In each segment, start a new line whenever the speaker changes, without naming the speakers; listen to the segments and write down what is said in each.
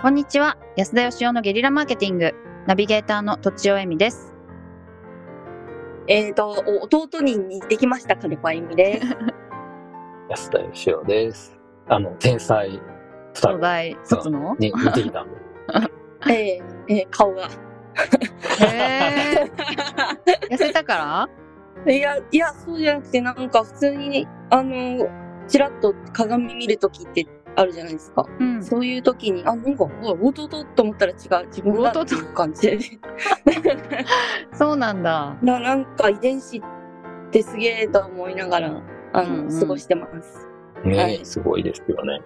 こんにちは。安田義雄のゲリラマーケティング、ナビゲーターのとちおえみです。
えっ、と、お弟に似てきました、金子あゆ みです。
安田義郎です。あの、天才二
東
人
大卒の、
に似てきたんで。
えー、えー顔が。
へー痩せたから
いや、いや、そうじゃなくて、なんか普通に、あの、ちらっと鏡見るときってあるじゃないですか。
うん。
そういうときに、あ、なんか、お弟と思ったら違う。自分だっていう感じで。
そうなんだ。
ななんか遺伝子ってすげえと思いながら、あの、
うんうん
過ごしてます。 は
ね
い
すごいですよね。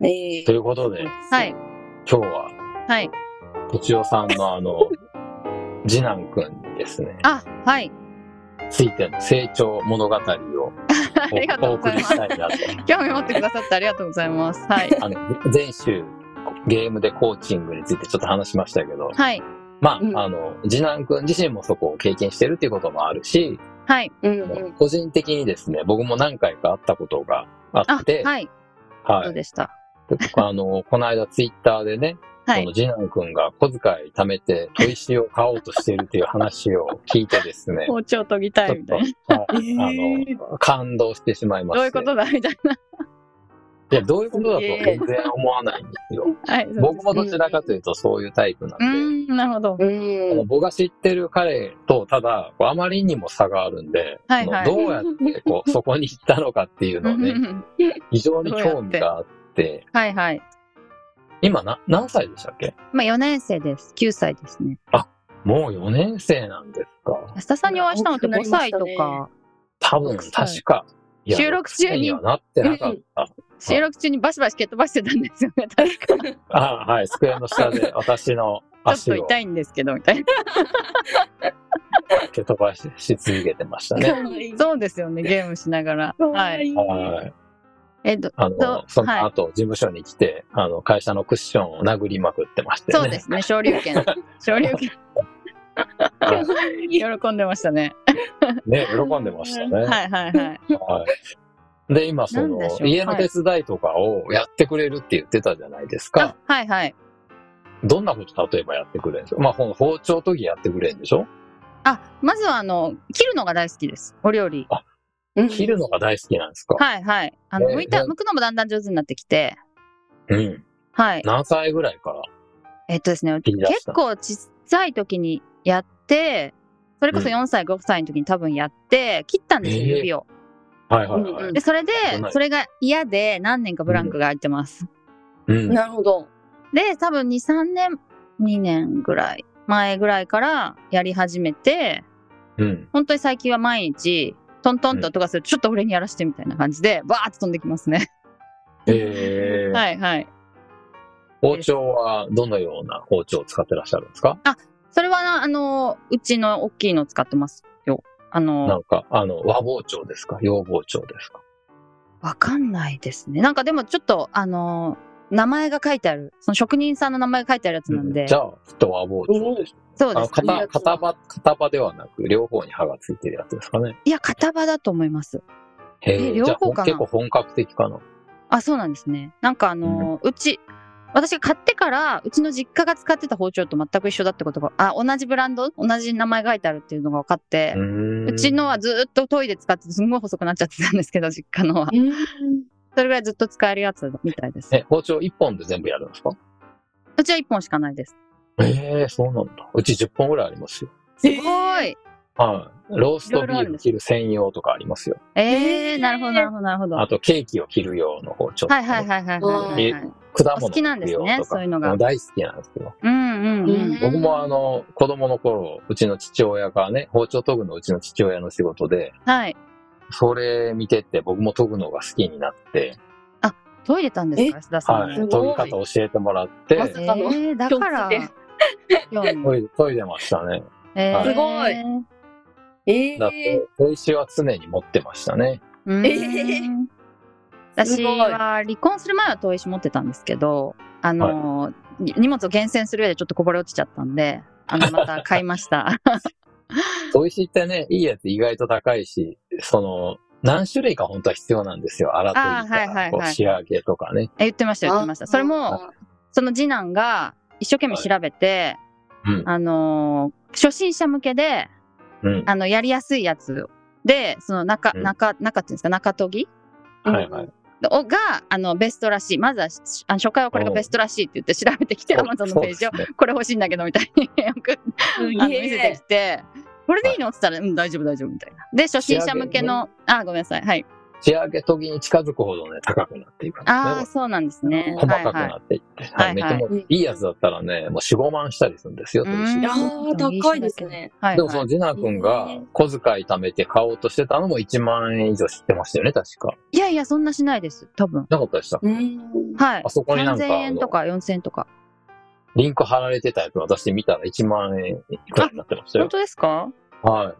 えー、
ということで、
はい。
今日は、
はい。
とちおさんの あの、次男くんにですね、
あ、はい。
ついての成長物語を
ありがと
お
う
お
ござ
送
い
り
ます
したいなと。
興味持ってくださってありがとうございます。はい。
あの、前週、ゲームでコーチングについてちょっと話しましたけど、
はい。
まあ、
うん
あの、次男くん自身もそこを経験してるっていうこともあるし、
はい。
うんうん。
個人的にですね、僕も何回か会ったことがあ
あ
っ、て、
はい。
は
どうでした
あの、この間ツイッターでね、
は
そ
い
の。次男くんが小遣い貯めて砥石を買おうとしてるっていう話を聞いてですね、
包丁研ぎた
ちょ
い
っ
み
と
たいな。、
はいあの、感動してしまいまし
ど
て
ういうことだみたいな。
いや、どういうことだと全然思わないんですよ。
はい。 そうです
僕もどちらかというとそういうタイプな
うんー
で、
ん、なるほど。
う
あの
ん。
僕が知ってる彼とただ、こうあまりにも差があるんで、
はいはい
あのどうやって こうそこに行ったのかっていうのを
うん
ね、
うんうん
非常に興味があって、
はいはい。
今な何歳でしたっけ
まあ4年生です。9歳ですね。
もう4年生なんですか。
安田さんにお会いしたのって5歳と
大きくなり
か、
多分、確か。いや
収録中に
はなってなか った。
収録中にバシバシ蹴っ飛ばしてたんですよ ね。確か
あはい、机の 下で私の足
ちょっと
を
痛いんですけど、み たいな。
蹴飛ばし続けてました ね。
かわいい
そうですよね、ゲームしながら。
か
は
わ
い。
いい。
はい。
えっと、そ
あ
う
の、そ
はい
の後、事務所に来て、あの、会社のクッションを殴りまくってました
そう
よね。
ですね、昇竜 拳。昇竜拳、
はい
喜んでましたね。
ね、喜んでましたね。
はい
は
はいはい。
い。で、今、その
なんでしょ、う
家の手伝いとかをやってくれるって言ってたじゃないですか
あ。、はいはい。
どんなこと、例えばやってくれるんですかまあ、この包丁研ぎやってくれるんでしょ
あ、まずはあの、切るのが大好きです。お料理。
うん
切るのが大好きなんですか
はいはい。あの、
えー
剥いた、
な
剥くのもだんだん上手になってきて、
うん。
はい。
何歳ぐらいから
えっとですね、
切り出し
結
た
構小さい時にやって、それこそ4歳、5歳の時に多分やって、切ったんですよ、
えー
指を。
はいはいはい。
で、それで
危な、い
それが嫌で何年かブランクが空いてます。
うん。
なるほど。
で、多分2、3年、2年ぐらい前ぐらいからやり始めて、
うん。
本当に最近は毎日、トントンと音がする、ちょっと俺にやらしてみたいな感じで、バーッと飛んできますね。
えー、
はいはい。
包丁はどのような包丁を使ってらっしゃるんですか
それはな、あの、うちの大きいの使ってますよ。あ
な
の、
んか、あの、和包丁ですか洋包丁ですか
わかんないですね。なんかでもちょっと、あの、名前が書いてある、その職人さんの名前が書いてあるやつなんで、
うんじゃあ、きっと和包丁です。
そう
あ
で
の
すね。
片片刃、片刃ではなく、両方に刃がついてるやつですかね。
いや、片場だと思います。
へ
え
ー
両方かな
じゃあ、結構本格的かな。
あ、そうなんですね。なんかあのーうち、私が買ってから、うちの実家が使ってた包丁と全く一緒だってことが、あ、同じブランド同じ名前が書いてあるっていうのが分かって
う、ーん
うちのはずーっと研いで使ってて、すんごい細くなっちゃってたんですけど、実家のは。
うん
それぐらいずっと使えるやつみたいです。
え、包丁一本で全部やるんですか
うちは1本しかないです。
ええー、そうなんだ。うち10本ぐらいありますよ。
すごい
はい。ロースト
いろい
ビ
ろある
ー
んで
フ
す
切る専用とかありますよ。
え
え
ー、
ー
なるほど、なるほど、なるほど。は
あと、ケーキを切る用の包丁
い
と
は
か
い
ね、
はいはいはいはいはい。
果物
お好きなんですね
切る用とか
そういうのが
も大好きなんですけど。
うんうんうん。
僕もあの、子供の頃、うちの父親がね、包丁研ぐのうちの父親の仕事で、
はい。
それ見てて僕も研ぐのが好きになって、
研いでたんですか、安田さん
は
ね。
い。
す
研ぎ
ごい
方教えてもらって、
ま
え
さかの
ー、だから
共通、
興 味
研い研いでましたね。
えー
すごいえ
だと
ー、、
砥石は常に持ってましたね。
うーん
えーす
私
ごい
は離婚する前は遠い石持ってたんですけど、あの、に荷物を厳選する上でちょっとこぼれ落ちちゃったんで、あの、また買いました。
砥石ってね、いいやつ意外と高いし、その、何種類か本当は必要なんですよ。荒研ぎとか、
あーはいはいはい
こう仕上げとかね。
え、言ってました、言ってました。それも、その次男が一生懸命調べて、
うん。
あのー初心者向けで、
うん。
あの、やりやすいやつで、その中、
うん
中、中っていうんですか、中研ぎ
はいはい。
をが、あの、ベストらしい。まずは、しあの初回はこれがベストらしいって言って調べてきて、アマゾンのページを、
そうですね
これ欲しいんだけど、みたいに 送っ
す
あの
げ
見せて
え
きて、これでいいのって言ったら、うん、大丈夫、大丈夫、みたいな。で、初心者向けの、あ、ごめんなさい。はい。
仕上げ研ぎに近づくほどね、高くなっていくんですね。
ああ、そうなんですね。
細
はい
かく
はい
なっていって。
は
はいい。
はい
めっちゃもういいやつだったらね、もう4、5万したりするんですよ、
う
取
ん
引
いやー高いですね。
はい、
でもそ
は
の
い。
次男君が小遣い貯めて買おうとしてたのも1万円以上知ってましたよね、確か。
いやいや、そんなしないです。多分。
なかったでした。
うん
はい
あ。そこになん
3000
か、あ
円と
の
か4000円とか。
リンク貼られてたやつ私見たら1万円いくらいになってました
本
よ。
当ですか
は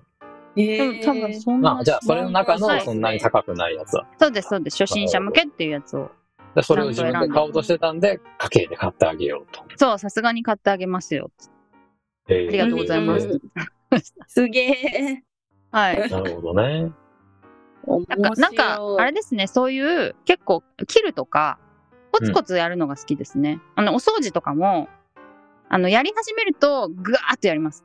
え
でも多分そん
い。
な
ま。あ、じゃあ、それの中
そうで
の
すね
そんなに高くないやつだ。
そうです、そうです。初心者向けっていうやつを。
でそれを自分で買おうとしてたんで、家計で買ってあげようと。
そう、さすがに買ってあげますよ。
あ
ありがとうございます
うん。すげえ。
はい。
なるほどね。
なんか、なんかあれですね、そういう、結構、切るとか、コツコツやるのが好きですね。あの、お掃除とかも、あの、やり始めると、ぐわーっとやります。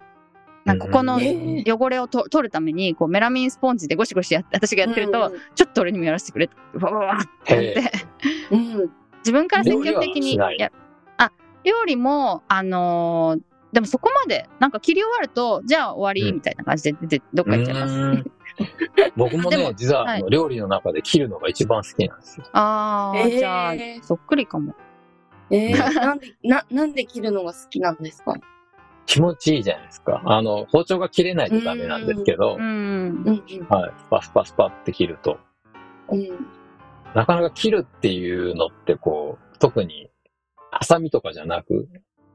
なんか、ここの
うんえ
汚れをと取るために、こう、メラミンスポンジでゴシゴシやって、 私がやってると、、ちょっと俺にもやらせてくれって、わわわわってやって、
うんうん
自分から積極的に
料理はしない
やあ料理もあのーでもそこまでなんか切り終わるとじゃあ終わり
うん
みたいな感じで出てどっか行っちゃいます、
うーん僕も
でも
ね、実は
は
あ
い
の料理の中で切るのが一番好きなんですよ。
ああ、
えー
じゃあそっくりかも
えー、なんで、な、なんで切るのが好きなんですか
気持ちいいじゃないですか。あの、包丁が切れないとダメなんですけど
う、ん
うん
はい。スパスパスパって切ると。
うん。うん。
なかなか切るっていうのってこう、特に、ハサミとかじゃなく、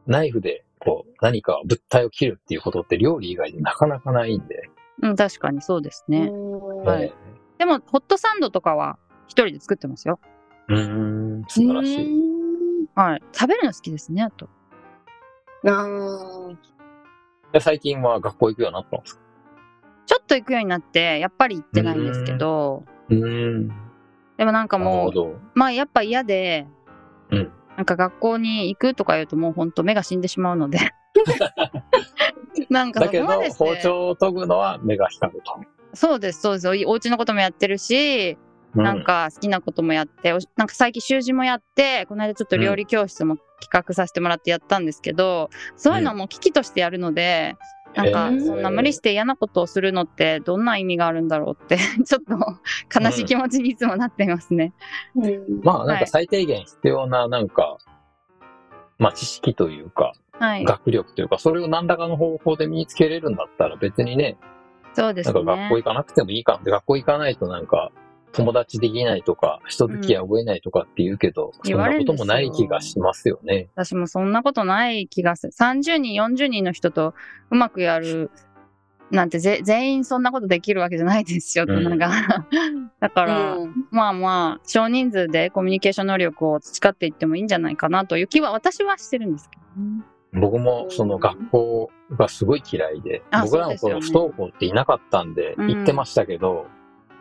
ナイフでこう、何か物体を切るっていうことって料理以外になかなかないんで。
うん確かにそうですね、
う
はい
え
でもホットサンドとかは一人で作ってますよ
えうーん、素晴らしい。
い。
はい食べるの好きですねあと
あー
で最近は学校行くようになったんですか
ちょっと行くようになってやっぱり行ってないんですけど
うーん。な
でもなんか
る
も
ほ
う
ど。
まあやっぱ嫌で、
うん
なんか学校に行くとか言うともうほんと目が死んでしまうの でなんか
だ
そ
け
こ
ど
まで、して
包丁を研ぐのは目が光ると。
そうです、そうです。おお家のこともやってるし、
う
なん、か好きなこともやって、おしなんか最近習字もやって、この間ちょっと料理教室も企画させてもらってやったんですけど、そういうのはもう危機としてやるので、なんか
えー
そんな無理して嫌なことをするのってどんな意味があるんだろうって、 ちょっと悲しい気持ちにいつもなっていますね。
うん
まあなん
はい
か最低限必要ななんか、まあ知識というか、
はい。
学力というか、それを何らかの方法で身につけれるんだったら別にね、
そうです
なんか学校
ね。
行かなくてもいいかな。学校行かないとなんか友達できないとか、人付き合い覚えないとかって言うけど、
言
そん
わ
な
れる
こ
んで
と
すよ
もない気がしますよね。
私もそんなことない気がする。30人、40人の人とうまくやるなんてぜ全員そんなことできるわけじゃないですよ、
うん
なんか。 だから、
うん
まあまあ、少人数でコミュニケーション能力を培っていってもいいんじゃないかなという気は私はしてるんですけどね。
僕もその学校がすごい嫌いで、
あ
僕ら
そうで
の
すよ
頃
ね
不登校っていなかったんで、
うん
行ってましたけど、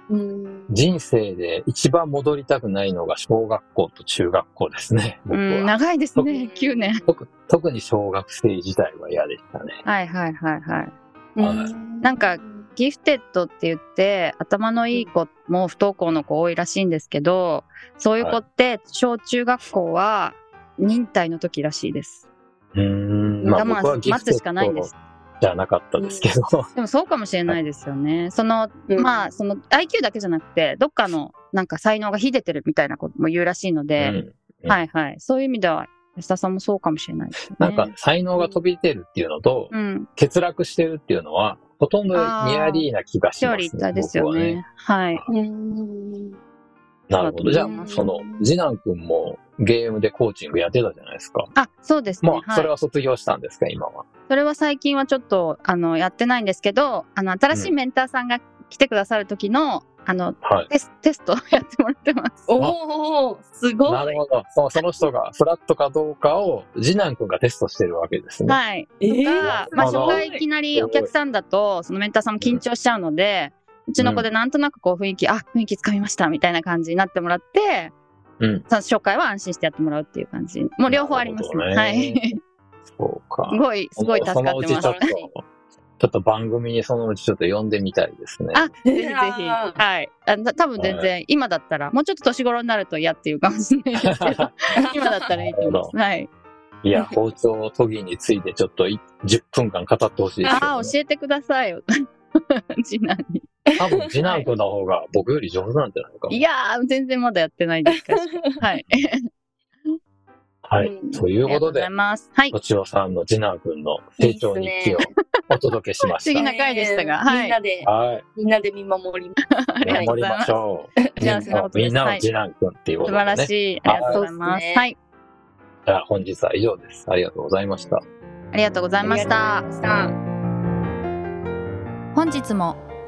うん
人生で一番戻りたくないのが小学校と中学校ですね、
う
僕は。
ん、長いですね、
僕
9年。
特特に小学生自体は嫌でしたね。
はいはいはいはい。
うん
なんかギフテッドって言って、頭のいい子も不登校の子多いらしいんですけど、そういう子って小中学校は忍耐の時らしいです。
うーん
我慢
僕はギフ
待
テ
つ
ッド
しかないんです
じゃなかったですけど。
でもそうかもしれないですよね。その、
うん
まあ、その IQ だけじゃなくて、どっかのなんか才能が秀でてるみたいなことも言うらしいの
う
で、
んうん
はいはい。そういう意味では、安田さんもそうかもしれないですよね。
なんか、才能が飛び出てるっていうのと、
うん。
欠落してるっていうのは、ほとんどニアリーな気がし
表
ます、
裏一体ですよね。はい。
うん
僕はね。なるほど。じゃあ
うん、
その、次男くんもゲームでコーチングやってたじゃないですか。
あ、そうですね。
まあ、
は
そ
い
れ。は卒業したんですか、今は。
それは最近はちょっと、あの、やってないんですけど、あの、新しいメンターさんが来てくださる時の、あの、
はい。
テステストを やってもらってます。
おー、すごい。
なるほど。そのその人がフラットかどうかを、次男くんがテストしてるわけですね。
はい。
え
と
ー
か、
ー
まあ、
す
初
ご
回
い
いきなりお客さんだと、そのメンターさんも緊張しちゃうので、うちの子でなんとなくこう雰囲気、あ、雰囲気つかみましたみたいな感じになってもらって、
うん
その紹介は安心してやってもらうっていう感じ。もう両方ありますね。
なるほどね
はい。
そうか
す。ごい、すごい助かって
もう
ます
そ。のうちちょっと、ちょっと番組にそのうちちょっと読んでみたいですね。
あ、ぜひぜひ。
いやー
はい。あた多分全然、今だったら、もうちょっと年頃になると嫌っていうかもしれないですけど、今だったらいいと思います。はい。
いや、包丁を研ぎについてちょっとい10分間語ってほしいです、ね。
ああ、教えてくださいよ。 次男に。
多分次男君の方が僕より上手なんじゃないかも。
いやー、全然まだやってないですから。 はい。
は
う
い
ん。
とい
ありが
うことと
うござい
で、
ます。はい
と。ちおさんの次男君の成長日記をお届けしまし
いい
た。
っすね不思議な回でしたが
ねえ
はい
みんなで、
はい。
みんなで見守ります。
ありがとうご
守
ざい
り
ま
ますし。ょう。
じゃあ
み
そ
んなを
んなことで
みんな
は
の
い
次男君っていうこ
素
とで
晴
ね
ら。しい。ありがとうございます。
はい
はい。
じゃあ本日は以上です。ありがとうございました。
ありがとうございました。
さあ
本日も